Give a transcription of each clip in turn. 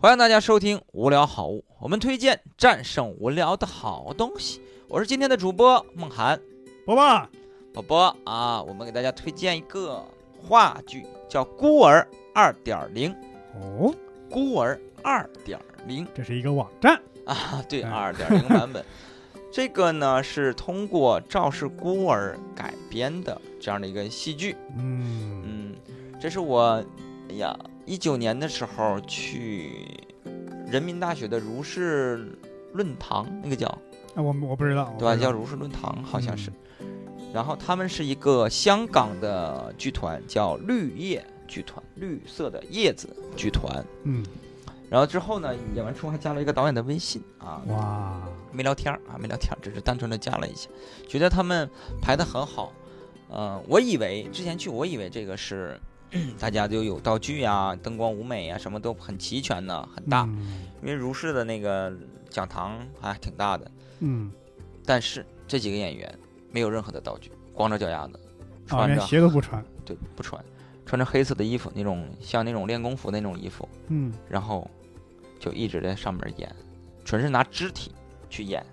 欢迎大家收听《无聊好物》，我们推荐战胜无聊的好东西。我是今天的主播梦涵，伯伯，宝宝啊，我们给大家推荐一个话剧，叫《孤儿二点零》。哦，孤儿二点零 这是一个网站，啊，对，嗯二点零版本。这个呢是通过赵氏孤儿改编的这样的一个戏剧。嗯，嗯，这是我，哎呀，一九年的时候去人民大学的儒释论堂，那个叫啊我我不知道，我哦对吧？嗯不知道叫儒释论堂，好像是。然后他们是一个香港的剧团，叫绿叶剧团，绿色的叶子剧团。嗯，然后之后呢，演完出还加了一个导演的微信啊，哇，没聊天儿啊，没聊天儿，只是单纯的加了一下，觉得他们排的很好。呃，我以为之前去，我以为这个是 大家就有道具啊、灯光舞美啊，什么都很齐全呢，很大。嗯因为如是的那个讲堂还挺大的，嗯，但是这几个演员没有任何的道具，光着脚丫子，啊，穿连着、鞋都不穿，对不穿，穿着黑色的衣服，那种像那种练功服那种衣服，嗯，然后就一直在上面演，纯是拿肢体去演，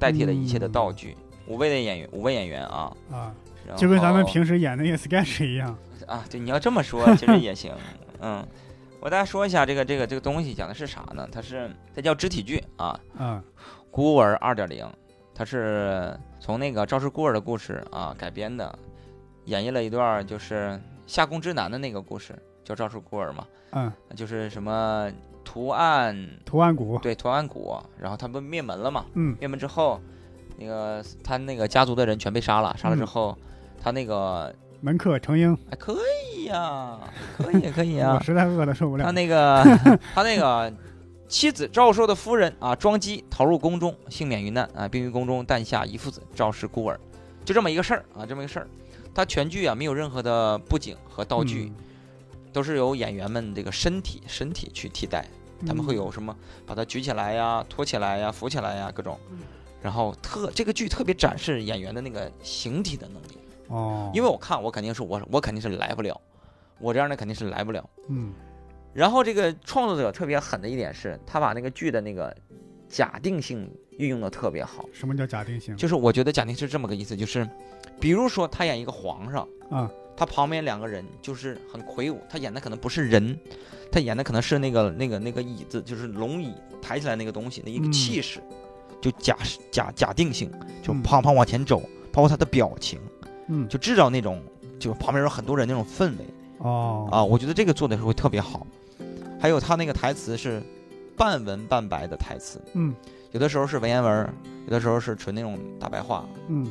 代替了一切的道具。五位的演员，五位演员啊，啊，然后嗯就跟咱们平时演那个 sketch 一样，啊，对，你要这么 说其实也行，嗯。我大家说一下这个这个这个东西讲的是啥呢？它是它叫肢体剧啊，啊， 《孤儿二点零》，它是从那个赵氏孤儿的故事啊改编的，演绎了一段就是下宫之男的那个故事，叫赵氏孤儿嘛，嗯，就是什么图案图案谷，对，图案谷，然后他们灭门了嘛，嗯灭门之后，那个他那个家族的人全被杀了，杀了之嗯后，他那个门客成英，哎可以呀、可以可以哎呀我、实在饿的受不了嗯他，那个他那个妻子赵寿的夫人啊，庄姬逃入宫中，幸免于难啊，并于宫中诞下一父子赵氏孤儿，就这么一个事儿啊，这么一个事儿。他全剧啊没有任何的布景和道嗯具，都是由演员们这个身体身体去替代。嗯，他们会嗯有什么把它举起来呀、托起来呀、扶起来呀各种嗯，然后特这个剧特别展示演员的那个形体的能力，哦，因为为我看我肯定是我我肯定是来不了，我这样的肯定是来不了。嗯然后这个创作者特别狠的一点是，他把那个剧的那个假定性运用的特别好，什么叫假定性？就是我觉得假定是这么个意思，就是比如说他演一个皇上。啊，他旁边两个人就是很魁梧，他演的可能不是人，他演的可能是那个那个那个椅子，就是龙椅抬起来那个东西，那一个嗯气势，就假假假定性，就嗯胖胖往前走，包括他的表情，嗯，就制造那种就旁边有很多人那种氛围哦，啊，我觉得这个做的会特别好。还有他那个台词是半文半白的台词，嗯有的时候是文言文，有的时候是纯那种大白话，嗯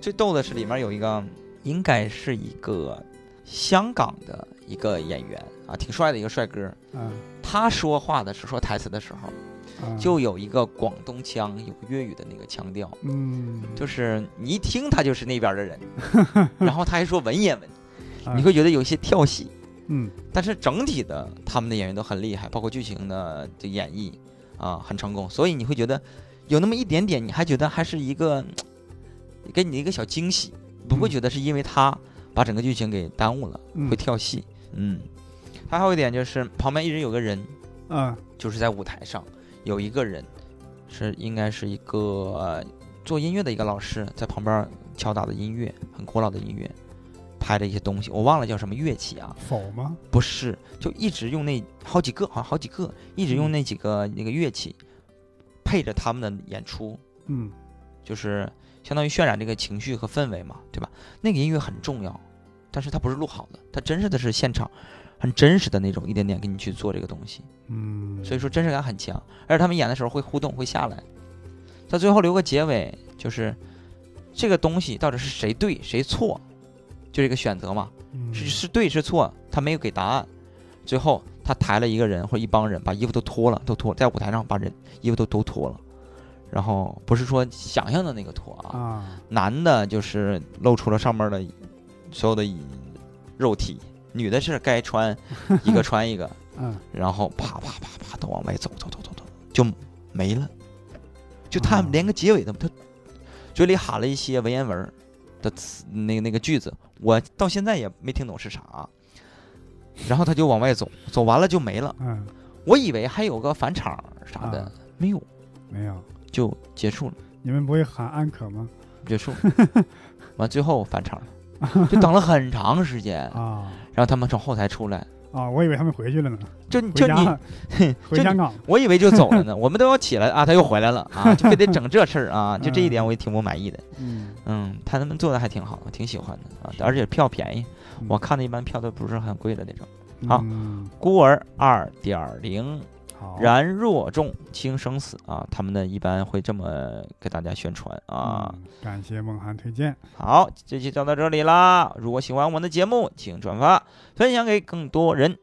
最逗的是里面有一个，应该是一个香港的一个演员啊，挺帅的一个帅哥。啊他说话的时候，说台词的时候，啊，就有一个广东腔，有粤语的那个腔调，嗯，就是你一听他就是那边的人， 然后他还说文言文，啊你会觉得有一些跳戏。嗯但是整体的他们的演员都很厉害，包括剧情的这演绎啊很成功，所以你会觉得有那么一点点，你还觉得还是一个嗯给你一个小惊喜，不会嗯觉得是因为他把整个剧情给耽误了，嗯会跳戏。嗯，还有一点就是旁边一直有个人，啊就是在舞台上有一个人是应该是一个、呃做音乐的一个老师，在旁边敲打的音乐，很古老的音乐，拍的一些东西，我忘了叫什么乐器啊。否吗？不是，就一直用那好几个，好像好几个，一直用那几个那个乐器，配着他们的演出，嗯就是相当于渲染这个情绪和氛围嘛，对吧？那个音乐很重要，但是它不是录好的，它真实的是现场，很真实的那种，一点点给你去做这个东西，嗯，所以说真实感很强。而且他们演的时候会互动，会下来，在最后留个结尾，就是这个东西到底是谁对谁错，就这个选择嘛。嗯是是对是错，他没有给答案。最后他抬了一个人或者一帮人，把衣服都脱了，都脱在舞台上把人衣服都都脱了，然后不是说想象的那个脱啊，啊，男的就是露出了上面的所有的肉体，女的是该穿一个穿一个， 嗯。然后啪啪啪啪都往外走走走走走就没了，就他哦连个结尾都他嘴里喊了一些文言文儿的词，那个那个句子，我到现在也没听懂是啥。然后他就往外走，走完了就没了。嗯，我以为还有个返场啥的，啊没有，没有，就结束了，你们不会喊安可吗？结束 了。完最后返场了，就等了很长时间， 啊然后他们从后台出来，啊，我以为他们回去了呢，就回 就家你，了回香港我以为就走了呢， 我们都要起来啊，他又回来了 啊，就非得整这事儿啊，就这一点我也挺不满意的。嗯，嗯，他们做的还挺好，我挺喜欢的啊，而且票便宜，嗯我看的一般票都不是很贵的那种。好嗯，孤儿二点零，好，然若众轻生死啊，他们的一般会这么给大家宣传啊。嗯，感谢梦涵推荐，好，这期就到这里啦。如果喜欢我们的节目，请转发分享给更多人。